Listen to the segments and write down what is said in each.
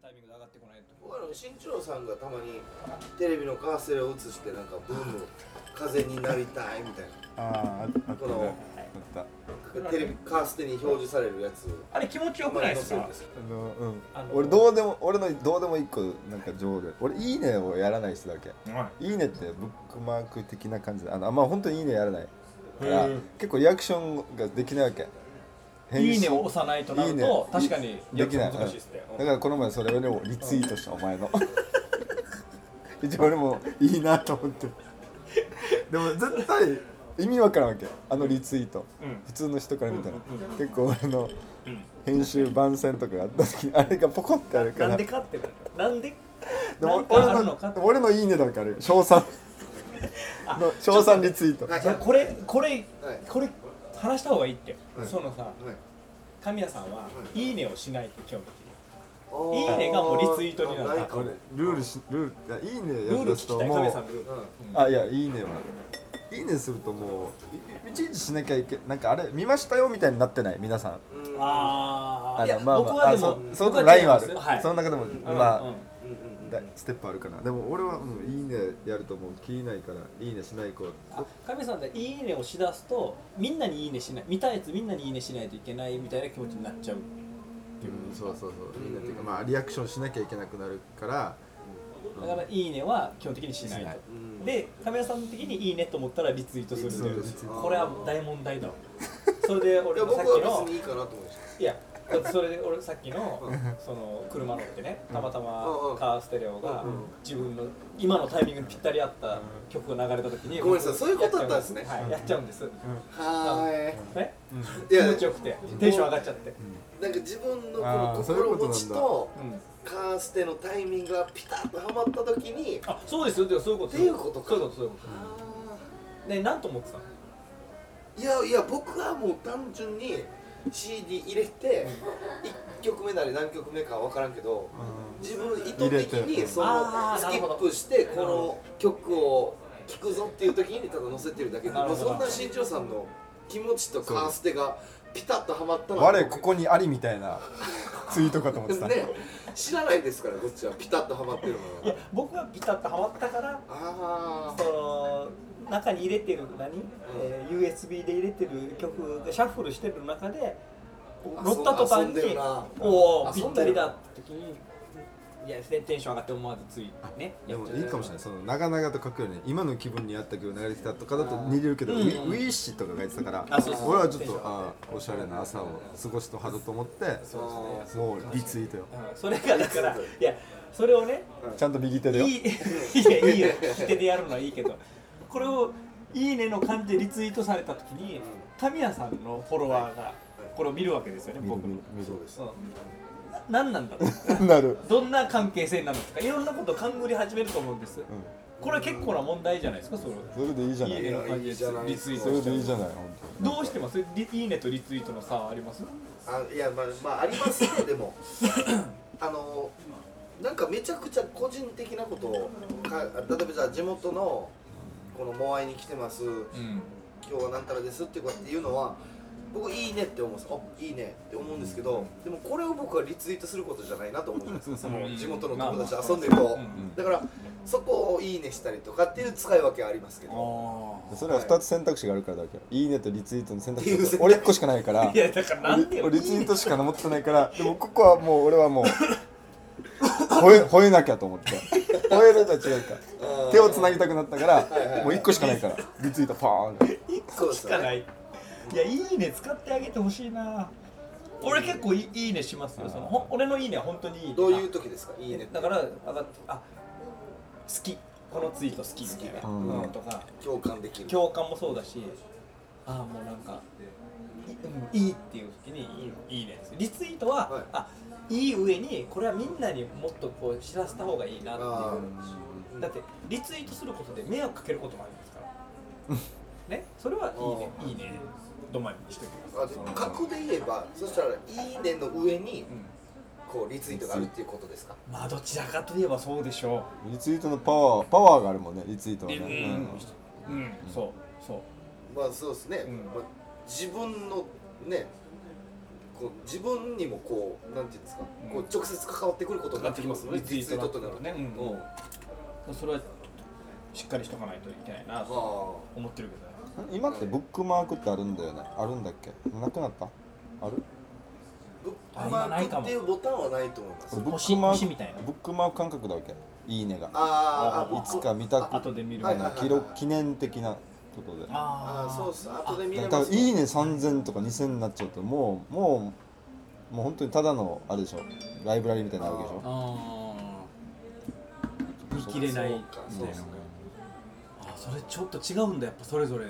タイミングで上がってこないと僕らの新潮さんがたまにテレビのカーセルを映してなんかブーム風になりたいみたいなあーああったこのねあったテレビカーステに表示されるやつあれ気持ちよくないですかあのうんあの俺どうでも俺のどうでも一個なんか上で俺いいねをやらない人だけいいねってブックマーク的な感じであのあんまあ本当にいいねやらないからへー結構リアクションができないわけ返信いいねを押さないとなるいいとね確かにできないや難しいっすねだからこの前それをリツイートしたお前の 一応俺もいいなと思ってでも絶対意味わからんわけあのリツイート、うん普通の人から見たら、うんうん結構俺のうん編集番宣とかがあった時にあれがポコってあるなからんでかってなんででなもんかあ俺るののかって俺のいいねだけある賞 賛の賞賛リツイートはいいやこれこれはいこれ話した方がいいってはいそのさはい神谷さんは「いいね」をしないって今日いいいねがもうリツイートになったないかも、う俺ルールしルールいやいいねルやーるルや聞つきとたい神も谷うさんのルールん、あいやいいねはいいねするともういいちいちしなきゃいけなんかあれ見ましたよみたいになってない皆さんうんあああいやのまあ僕まはあであもそそ僕こはラインはあ違いるますよはいその中でもうんうまんうんうんうんあステップあるかなでも俺はうんいいねやるともう気いないからいいねしない子あ神谷さんって「いいね」をしだすとみんなに「いいね」しない見たやつみんなに「いいね」しないといけないみたいな気持ちになっちゃううんそうそうそういいねっていうかまあリアクションしなきゃいけなくなるからだから「いいね」は基本的にしなしないいとうんで神谷さん的に「いいね」と思ったらリツイートするといリツイうートこれは大問題だわそれでい俺やのさ僕っきはの別にいいかなと思いましたいやだってそれで俺さっきのその車乗ってねたまたうんうまんカーステレオがうん自分の今のタイミングにぴったり合った曲が流れた時にごめんなさいそういうことだったんですねはいやっちゃうんですはねい気いや持ちよくてテンション上がっちゃってなんか自分のこあのーそういう心ことなんだ持ちとうんカーステのタイミングがピタッとはまった時にあそうですよでもそういうことっていうことかそういうことそういうこあとねなんと思ってたのーいやいや僕はもう単純に CD 入れて1曲目なり何曲目かは分からんけど自分意図的入れにてそあのースなキるほどップしてこの曲を聴くぞっていう時にただ載せてるだけでなるもほうどそんな新庄さんの気持ちとカーステがピタッとはまったのは我ここにありみたいなツイートかと思ってたね知らないですからこっちはピタッとはまってるいのやは僕がピタッとハマったからああその中に入れてる何、えー USB で入れてる曲でシャッフルしてる中で乗った途端遊んでにるなおおぴ遊っんたでるりだって時にいやテンション上がって思わずついねでもやっちゃういいかもしれないその長々と書くよね今の気分に合ったけど流れてきたとかだと似てるけど、うんウィウィッシュとかが言ってたからあそうそう俺はちょっテンショとン上があーおしゃれな朝を過ごしたはずと思ってそうですねもうリツイートようんそれがだからいやそれをねちゃんと右手いでよい いやいいよ引き手でやるのはいいけどこれを「いいね」の感じでリツイートされた時に神谷さんのフォロワーがこれを見るわけですよね見る僕の見る。見そうですうんな何なんだろうるなる、どんな関係性なんですかいろんなこと勘繰り始めると思うんですうん、これは結構な問題じゃないですかそのそれでいいじゃないいいねの感じいでいじゃないリツイーそトれしちでいいじゃゃうない本当にどうしてますリいいねとリツイートの差はありますあいやまあまあありますねでもあのなんかめちゃくちゃ個人的なことをか例えばじゃあ地元のこのモアイに来てますうん今日はなんたらですっていうかっていうのは僕いいねって思うんですあいいねって思うんですけどでもこれを僕はリツイートすることじゃないなと思うじゃないですかその地元の友達と遊んでるとうんだからそこをいいねしたりとかっていう使い分けはありますけあどそれは2つ選択肢があるからだけどいいねとリツイートの選択っていう肢選択肢俺1個しかないからーいやだからなんでよ俺リツイートしか持ってないからでもここはもう俺はもう吠え 吠えなきゃと思って吠えるとは違うか手をつなぎたくなったからもう1個しかないからリツイートパーンそうですしよかねないいやいいね使ってあげてほしいな俺結構いいいいねしますよそのほん俺のいいねは本当にいいねどういう時ですかいいねってだから上がってあ好きこのツイート好きみたいな好きうんとか共感できる共感もそうだしああもうなんかい,、うん、いいっていう時にいいいいねですリツイートは、はいあいい上にこれはみんなにもっとこう知らせた方がいいなってあいうだってリツイートすることで迷惑かけることもありますからねそれはいいねいいね止まりにしておきあますでその格で言えばそしたら「いいね」の上にうんこうリツイートがあるっていうことですかまあどちらかといえばそうでしょリツイートのパワーパワーがあるもんねリツイートうはね、うん、うん、そうそうまあそうですね、うんまあ、自分のねこう自分にもこうなんていうんですか、こう直接関わってくることになってきますもんねリツイートだリツイートとなるとねうんうん、はそれはしっかりしとかないといけないなとあ思ってるけどね今ってブックマークってあるんだよねあるんだっけなくなったあるブックあ今マないークかっもていうボタンはないと思います俺ブッ星クマー星クみたいなブックマーク感覚だわけいいねがあーあいつか見たく後で見るはいあはい記録記念的なことでああそうっす後で見れ多ま分すいいね3000とか2000になっちゃうともうもうもう本当にただのあれでしょライブラリーみたいになるわけでしょあー見切れないそうみたかいそうかなのがあそれちょっと違うんだやっぱそれぞれ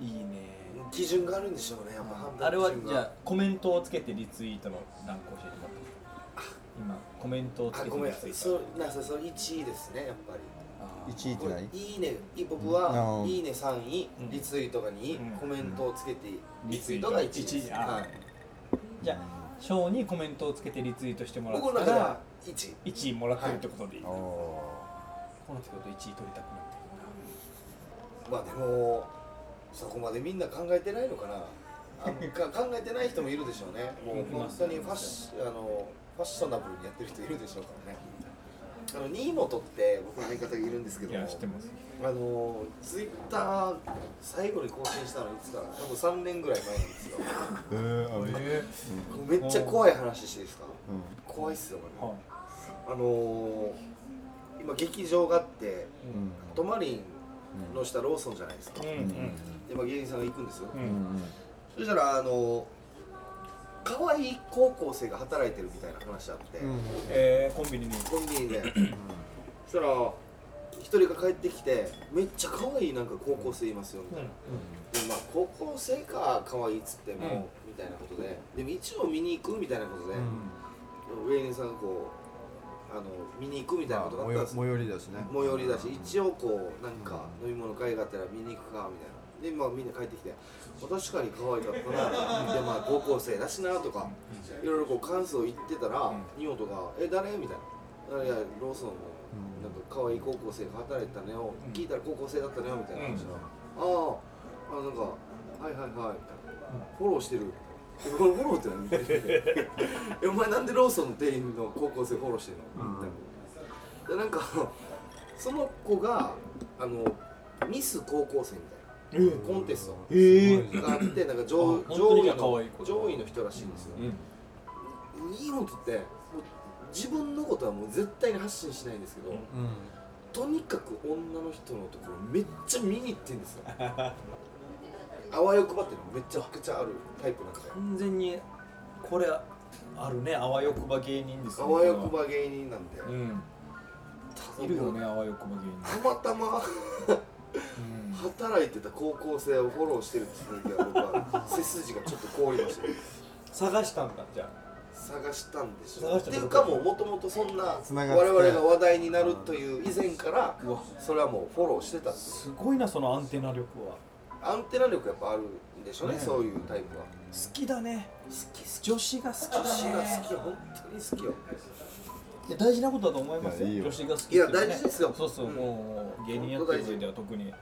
いいね基準があるんでしょうねやっぱ判あ断れ基準はがじゃあコメントをつけてリツイートのランク教えてもらっていい今コメントをつあけてごめんリツイーそトうなんかその1位ですねやっぱりあー1位ってないいいね僕うはんいいね3位うんリツイートが2位うんコメントをつけてんリツイートが1位リツイートでが一す位あはいじゃあショーにコメントをつけてリツイートしてもら僕のっ中たではら1位1位もらってるってことでいい、あーこのってこと1位取りたくなってるなまあでもそこまでみんな考えてないのかなあのか 考えてない人もいるでしょうねもう本当にファッシあのファッショナブルにやってる人いるでしょうからねあの新本って僕の相方がいるんですけどいや知ってますあのツイッター最後に更新したのいつかな多分3年ぐらい前なんですよえーあのめっちゃ怖い話していいですかうん怖いっすよこはいれあのー今劇場があってうん泊まりのしたローソンじゃないですか、うんうんでまあ芸人さんが行くんですよ、うんううんんそしたらあの可愛い高校生が働いてるみたいな話あって、うんえー、コンビニにコンビニで そしたら一人が帰ってきてめっちゃ可愛いなんか高校生いますよみたいな、でまあ高校生か可愛いっつっても、うんみたいなことででも一応見に行くみたいなことで、芸人さんがこうあの見に行くみたいなことがあったんですよ寄りだしね最寄りだし一応こうなんか飲み物会があったら見に行くかみたいなでまあみんな帰ってきてまあ確かに可愛かったなでまあ高校生だしなとかいろいろこう感想言ってたら仁本が「え誰?」みたいなあ「いやローソンのうんなんか可愛い高校生が働いてたねようん聞いたら高校生だったねよ」みたいな話うんが「あああなんかはいはいはい」みたいな「フォローしてる」えこれフォローって何みたいなえお前なんでローソンの店員の高校生フォローしてるの?」みたいな。でなんかその子があのミス高校生みたいなコンテストえー、があってなんか上あ上本当位にの可愛い子だ上位の人らしいんですよ。いい本ってもう自分のことはもう絶対に発信しないんですけど、うんとにかく女の人のところめっちゃ見に行ってんです よ。あわよくばってのめっちゃくちゃあるタイプなんで。完全にこれあるねあわよくば芸人ですあねわよくば芸人なんで。うんただいるよねもうあわよくば芸人たまたま。働いてた高校生をフォローしてるって時は僕 は背筋がちょっと凍りましたね探したんだじゃ探したんでしょ探っしてたいうかもうもともとそんなつ我ながってた々が話題になるという以前からあうわそれはもうフォローしてたんですすごいなそのアンテナ力はアンテナ力やっぱあるんでしょうねねそういうタイプは好きだね好き好女子が好きき女だ子ねが好き本当に好きよいや大事なことだと思いますよいやいいよ女子が好きっていやうのはね大事ですよそうそう、うんもう芸人やってる上では特に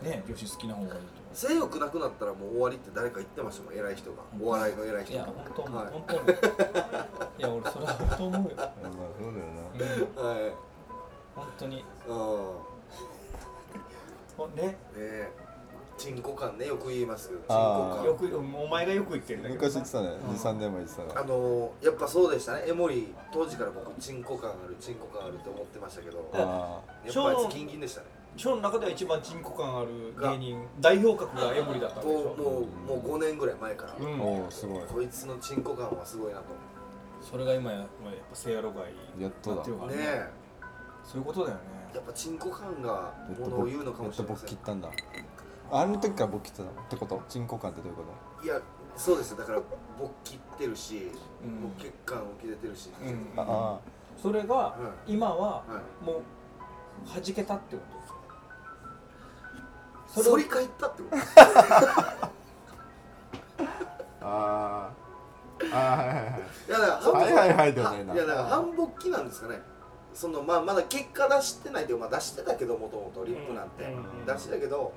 うんね女子好きな方がいいと思性欲なくなったらもう終わりって誰か言ってましたもん偉い人がお笑いの偉いうい人やが本当思う、はい本当思ういや俺それは本当思うよ、まあそうだよなうんはい本当にうほんねんねえチンコ感ねよく言いますけどチンコあー感よくお前がよく言ってるんだけど昔言ってたねうん23年前言ってたねあのー、やっぱそうでしたね、エモリ当時から僕、チンコ感ある、チンコ感あると思ってましたけど、やっああぱりキンキンでしたね。ショーの中では一番人口感ある芸人代表格がエモリだったんでもしうょもうもう5年ぐらい前から、う、ん、おおすごいこいつのチンコ感はすごいなと。それが今やもうやっぱセアロガイやっとだなってるからねねえ、そういうことだよねやっぱチンコ感がやっとものを僕言うのかやもっしとれま僕せ切んっ。たんだあの時から僕切ってたのってこと人工感ってどういうこいや、そうですよ、だから僕切ってるし、うん僕血管を切れてるし、うんとあそれが今ははもう弾けたってことですかい、そ反れりを返ったってことああああはいはいはいいやだからはいはいはいではないなやだから反勃起なんですかねそのまあまだ結果出してないでまあ出してたけどもともとリップなんて、うん出してたけど、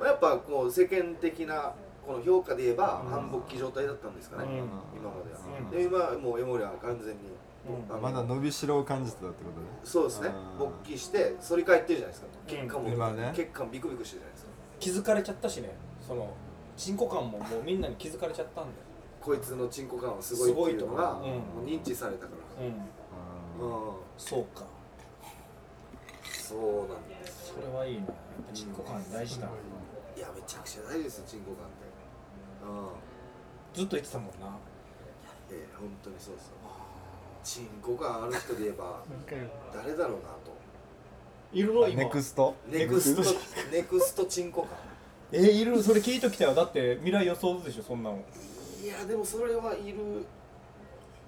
まあ、やっぱこう世間的なこの評価で言えば反勃起状態だったんですかね、うん今までは、うんで今はもうエモリは完全に、うんあのまだ伸びしろを感じてたってことねそうですねあー勃起して反り返ってるじゃないですか血管も、うん今ね血管ビクビクしてるじゃないですか気づかれちゃったしねそのチンコ感ももうみんなに気づかれちゃったんだよこいつのチンコ感はすごいっていうのが、すごいともうんう認知されたから、うんうんうんそうかそうなんですそれはいいなやっぱチンコ感大事だいやめちゃくちゃ大事ですよチンコ感ってうんずっと言ってたもんなええ本当にそうですよチンコ感ある人で言えば 誰だろうなといるの今ネクストネクストネクスネクストチンコ感えーいるそれ聞いときたよだって未来予想図でしょそんなのいやでもそれはいる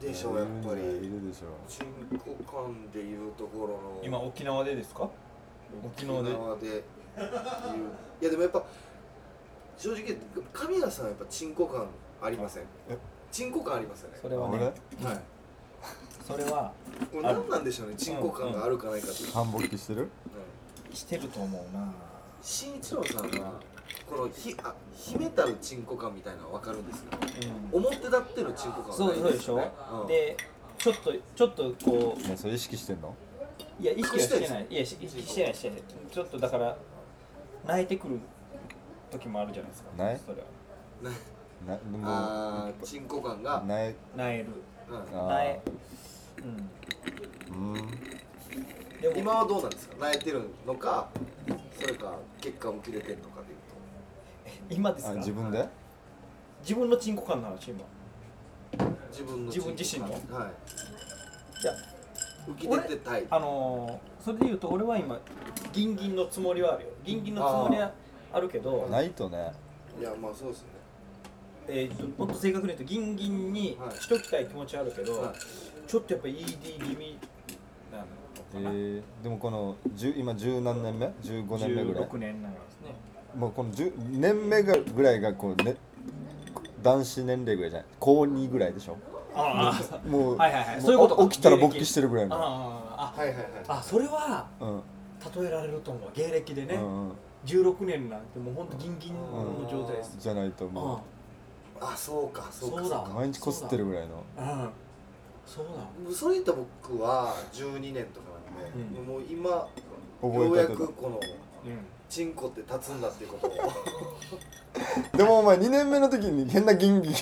でしょうやっぱいりるでしょチンコ感でいうところの今沖縄でですか沖縄ででいういやでもやっぱ正直神谷さんはやっぱチンコ感ありませんえチンコ感ありますよねそれうはあねれはいそれはこれ何なんでしょうねチンコ感があるかないかって、反勃起してるしてると思うなしんいちろうさんはこのひあ秘めたるチンコ感みたいなのは分かるんですけどうん表立ってるチンコ感そはうなそういででしすよょね、うんでちょっとちょっとこねそれ意識してんのういや意識はしてないいやし意識してないしてないちょっとだから泣いてくる時もあるじゃないですかないそれはななでもあーチンコ感が、ない泣えるう泣あーえうんうんでん、も今はどうなんですか泣いてるのかそれか血管を切れてるのかでいう今ですあか自分で自分のチンコ感の話今と自分の自分自身のチンコ感はいいや浮き出てたいあのー、それで言うと俺は今ギンギンのつもりはあるよギンギンのつもりはあるけどないとねいやまあそうですねえー、ともっと正確に言うとギンギンにはいしときたい気持ちはあるけど、はいちょっとやっぱ ED 気味なのえかな、ー、でもこの10今十何年目15年目ぐらい16年なんですねもうこの10年目ぐらいがこうね男子年齢ぐらいじゃない高2ぐらいでしょああもうはいはいはいもそういうことか起きたら勃起してるぐらいのあーはいはいはいああそれはうん例えられると思う芸歴でね、うんうん16年なんてもうほんとギンギンの状態です、じゃないとうんもあそうかそうかそうだかう毎日こすってるぐらいのうんそうだそれ言ったら僕は12年とかなんで、うんもう今よう覚えやたてくこのチンコって立つんだっていうことをたでもお前2年目の時に変な ギンギン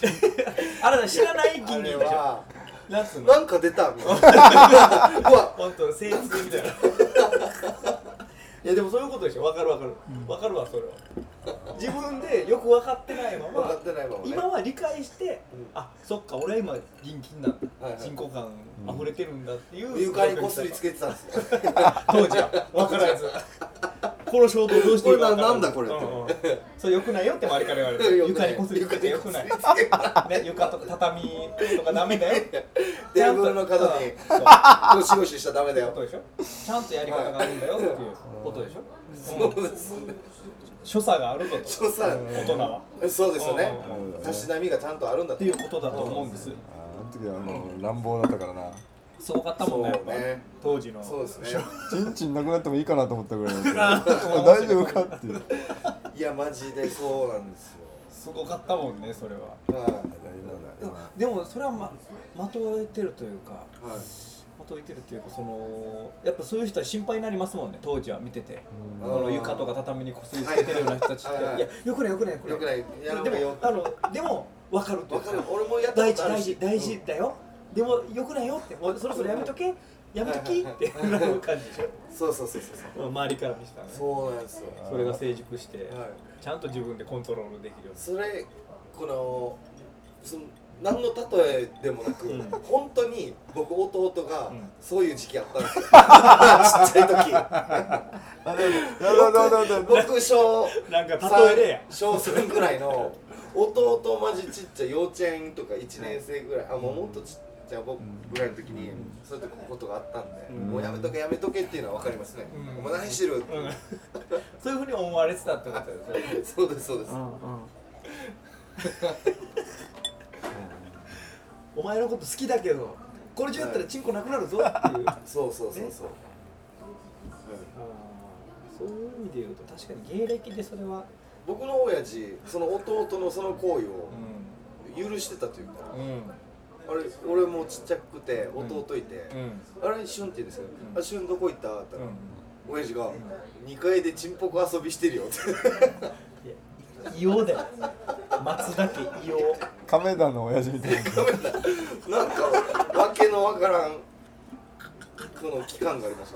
あれだ知らないギンギンでしあれょはなんつうのなんか出たみたいなうわ本当精通 みたいないやでもそういうことでしょわかるわかるわ、かるわそれは自分でよく分かってないま分かまってないわね今は理解して、うんあそっか俺は今銀金なんはいはだい人工感溢れてるんだっていう床にこすりつけてたんですよ 当時は分からずこの衝動どうしていいか分からこれななんだこれってうんうんそれよくないよって周りから言われる 良くな床いにこすりつけてよくない、 ね、床とか畳とかダメだよ テーブルの角に そうゴシゴシしちゃダメだことよでしょちゃんとやり方があるんだよっていうことでしょ、そうですね所作があるぞと所作大人はそうですよねうんうんうんたしなみがちゃんとあるんだっとていうことだと思うんですあーあの時はもう乱暴だったからなすごかったもんねやっぱそうね当時のそうですねチンチンなくなってもいいかなと思ったぐらい だったお前大丈夫かっていういやマジでそうなんですよすごかったもんねそれははいでもそれはままとえてるというかはいまとえてるっていうかそのやっぱそういう人は心配になりますもんね当時は見ててこの床とか畳にこすりつけてるような人たちってはいはいいやよくないよくないよくないよくないやでめよもあのでも分かるといわうかる俺もやった大こと事ある大し事大事だよ、でもよくないよってもうそろそろやめとけやめときってなる感じでしうんそうそうそうそうょ周りから見せたらねそうそうなんですよそれが成熟して、はいちゃんと自分でコントロールできるようにそれこのその何の例えでもなく、うん本当に僕弟がうんそういう時期あったんですよちっちゃなるほどなるほ どなるい時ほど僕小なんか三例えれや小3ぐらいの弟マジちっちゃい幼稚園とか1年生ぐらいあもうもっとちっちゃい僕ぐらいの時にそういうことがあったんで、うんもうやめとけやめとけっていうのは分かりますね、うんお前何してる、うん そういうふうに思われてたってことですよそうですそうです、 お前のこと好きだけどこれ中だったらチンコなくなるぞっていうそうそうそうそう、あーそういう意味で言うと確かに芸歴でそれは僕の親父その弟のその行為をう許してたというか、んうんあれ俺もちっちゃくて弟いて、うんあれ旬って言うんですよ、あ旬どこ行ったって言ったら、親父が2階でチンポコ遊びしてるよって 異様だよ松だけ異様亀田の親父みたい ななんかわけのわからんこの期間がありまし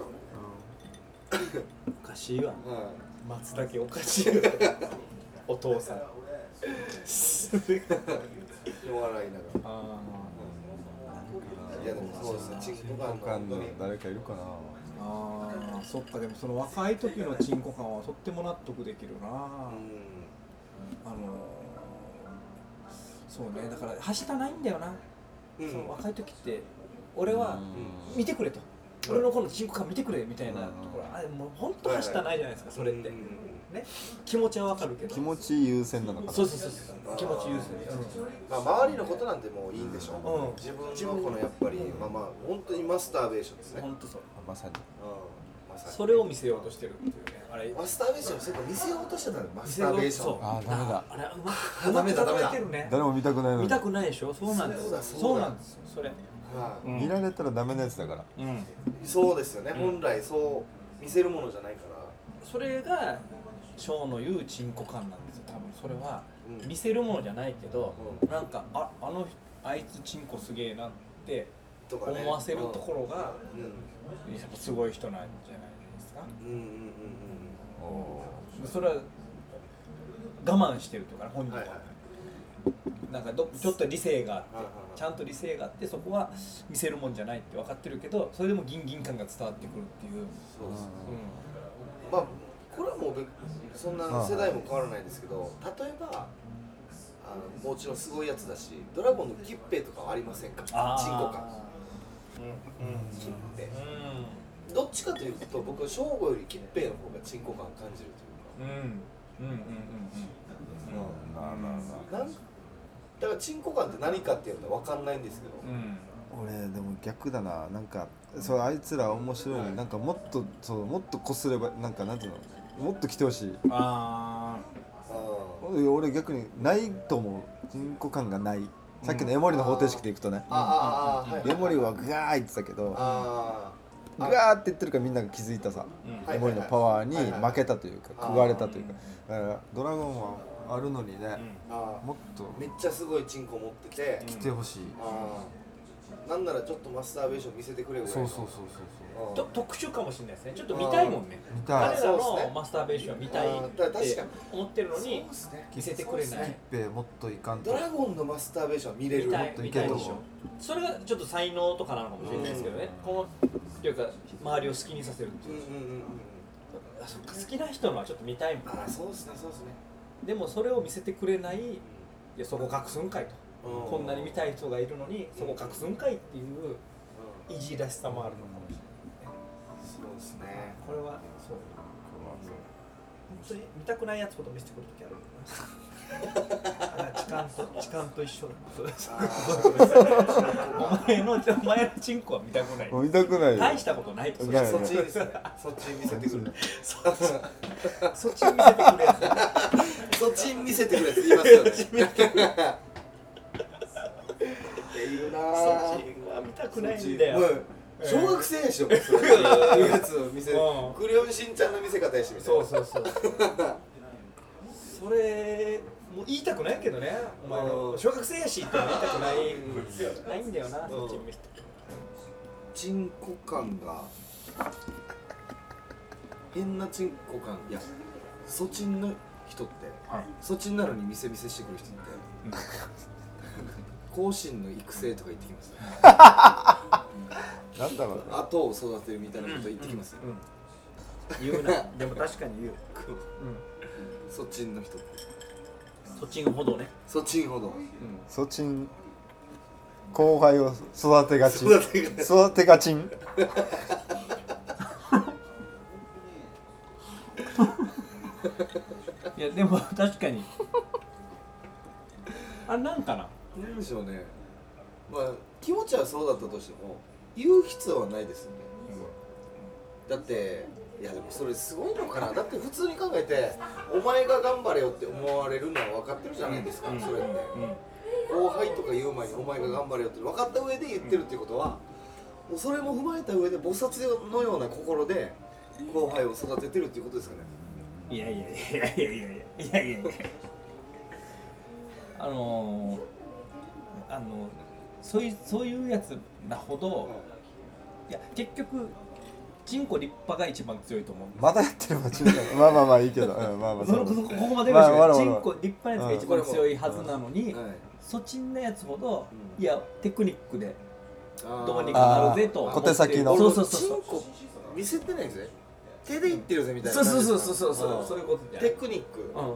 たねおかしいわは松だけおかしいわお父さんいで笑いながあらいやでもそうですねチンポコ他感が本当のに誰かいるかなあーそっかでもその若い時のチンコ感はとっても納得できるなうあのんーそうねだからはしたないんだよな、うんその若い時って俺はうん見てくれと、俺のこのチンコ感見てくれみたいなとうんころあれもう本当はしたないじゃないですかそれって、うんね気持ちはわかるけど気持ち優先なのかなそうそうそうそう気持ち優先まあ、周りのことなんてもういいんでしょう、うん自分のこのやっぱりまあまあ本当にマスターベーションですね、うん本当そうまさにまさにそれを見せようとしてるっていうねあれマスターベーションそうか見せようとしてたのマスターベーションあーダメだあれうまくうダまメくだダメだ叩いてるね誰も見たくないの見にたくないでしょそうなんですそうだそうだそうなんですよそれはうん見られたらダメなやつだからうんいそうですよね、本来そう見せるものじゃないからそれがショーの言うチンコ感なんですよ多分それはうん見せるものじゃないけどうんなんかああのあいつチンコすげえなってとかね思わせるところがうんうんやっぱすごい人なんじゃないですかうんうんそれは我慢してるというかね本うんう人んはいははいはいなんかどちょっと理性があってはいはいちゃんと理性があってそこは見せるもんじゃないって分かってるけどそれでもギンギン感が伝わってくるっていう、そうですねうまあこれはもう別そんな世代も変わらないですけど例えばあのもちろんすごいやつだしドラゴンのキッペイとかはありませんかチンコあーかんうんキッペイうどっちかというと僕は正吾よりキッペイの方がチンコ感感じるんうんうんうんうんというか、なあなあなんだからチンコ感って何かっていうのは分かんないんですけど、うんうん俺でも逆だななんかそうあいつら面白いはいねなんかもっとそうもっとこすればなんかなんていうのもっと来てほしいああ俺俺逆にないと思う人工感がないさっきの江守の方程式でいくとねああああはい江守はグワー言ってたけどあグワーって言ってるからみんなが気づいたさーうんはい江守のパワーにはいはい負けたというかあー食われたというかだからドラゴンはあるのにねああもっとあめっちゃすごいチンコ持ってて、来てほしいああなんならちょっとマスターベーション見せてくれぐらいそうのそうそうそうそううんと特殊かもしれないですねちょっと見たいもんね見た彼いらそうっすのねマスターベーションは見たいあーだからっ確かてに思ってるのにそうっすね見せてくれそうなっすいねべえもっといかんドとラゴンのマスターベーションは見れる見たいとい見けたるいとで思うしょそれがちょっと才能とかなのかもしれないですけどねうこんのっていうか周りを好きにさせるってうんいうんううんうんあそっか好きな人のはちょっと見たいもんああそうっすねそうっすねでもそれを見せてくれないいやそこ隠すんかいとうんこんなに見たい人がいるのにそこ隠すんかいっていううんいじらしさもあるのかもしれないそうっすねこれはそう本当に見たくないやつほど見せてくるときあるよなあ痴漢と痴漢と一緒だああ お前のお前のチンコは見たくないもう見たくないよ大したことないとないそっちいいですねそっち見せてくるそそそっち見せてくれるそっち見せてくれって言いますよね見せてくれいるなそっぁちは見たくないんだよもう小学生でしょ、もうそれいうやつを見せるうんクレヨンしんちゃんの見せ方やしみたいそなうそうそうそれもう言いたくないけどねお前の小学生やしって言いたくないないんだよなそっち見せてチンコ感が変なチンコ感いやそちんの人ってはいそちんなのに見せ見せしてくる人って後進の育成とか言ってきますねなんだろうな後を育てるみたいなこと言ってきますようん、言うなでも確かに言う、そちんの人ってそっちのほどね、そちんほどそちん後輩を育てがち育てがち育てがちんいやでも確かにあなんかな何でしょうねまあ気持ちはそうだったとしても言う必要はないですよねだっていやでもそれすごいのかなだって普通に考えてお前が頑張れよって思われるのは分かってるじゃないですか、うんそれって、後輩とか言う前にお前が頑張れよって分かった上で言ってるっていうことは、もうそれも踏まえた上で菩薩のような心で後輩を育ててるっていうことですかねうんいやいやいやいやいやいやいやいやいやあのー、あのそういうそういうやつなほどいや結局チンコ立派が一番強いと思うんですまだやってるわ、チンコ。 まあまあまあいいけど。うん、まあまあそそのう。こここまで言まいましあたまあけまどあチンコ立派なやつが一番強いはずなのに、はいそちんなやつほど、うんいやテクニックであーどうにかなるぜとあー小手先の俺そうそうそうそうチンコ見せてないんですね手で言ってるぜみたいそなうそうそうそうそうそううんそういうことじゃないテクニック、うんうん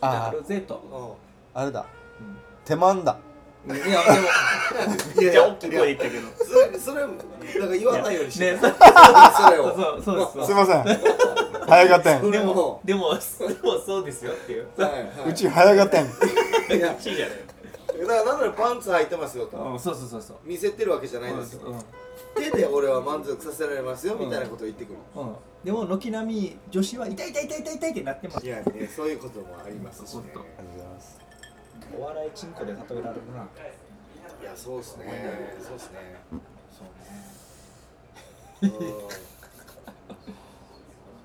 あなーるぜと、あれだ。手間だ。うん、いやでもいやいじゃあや大きい声で言ったけどそれそれなんか言わないようにしてねそれそうをそうそうですすいません。早がてん。でももでもでもそうですよっていうはいはいうち早がてん。いやいいじゃないだからなんならパンツ履いてますようとんそうそうそうそう見せてるわけじゃないんですうんよ手で俺は満足させられますよみたいなことを言ってくるうんでも軒並み女子は痛い痛い痛い痛い痛いってなってますいやねそういうこともありますしね本ありがとうございます。お笑いチンコで例えられるないやそうっすねそうっすね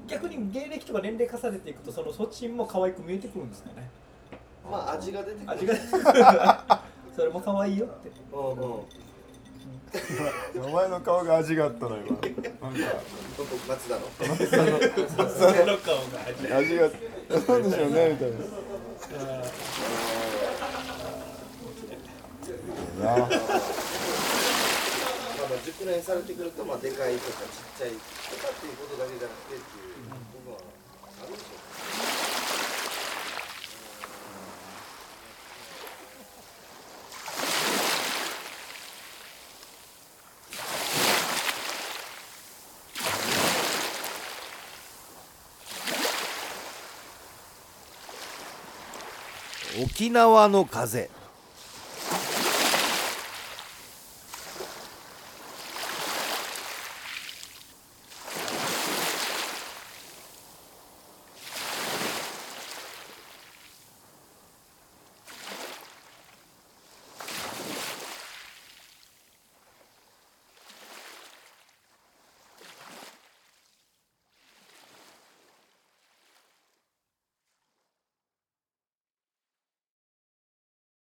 逆に芸歴とか年齢重ねていくとそのそっちも可愛く見えてくるんですか ねうんまあ味が出てくる味が それも可愛いよってうんうん僕お前の顔が味があったの今。なんか松田の その顔が味味がなんでしょうねみたいな。なまあまあ熟練されてくるとまあでかいとかちっちゃいとかっていうことだけじゃなくてっていう部分はあるでしょうね沖縄の風